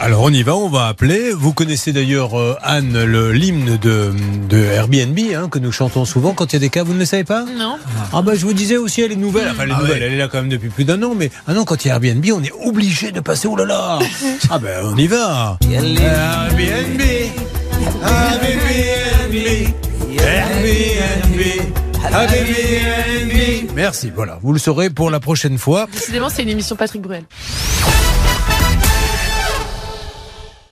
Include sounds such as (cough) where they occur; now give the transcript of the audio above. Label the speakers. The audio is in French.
Speaker 1: Alors on y va, on va appeler. Vous connaissez d'ailleurs euh, Anne, le- l'hymne de, de Airbnb hein, que nous chantons souvent quand il y a des cas. Vous ne le savez pas
Speaker 2: Non.
Speaker 1: Ah bah je vous disais aussi, elle est nouvelle. Enfin, elle est nouvelle, elle est là quand même depuis plus d'un an. Mais ah non, quand il y a Airbnb, on est obligé de passer. Oh là (laughs) là Ah ben on y va Airbnb, Airbnb, Airbnb, Airbnb. Merci, voilà, vous le saurez pour la prochaine fois.
Speaker 2: Décidément, c'est une émission Patrick Bruel.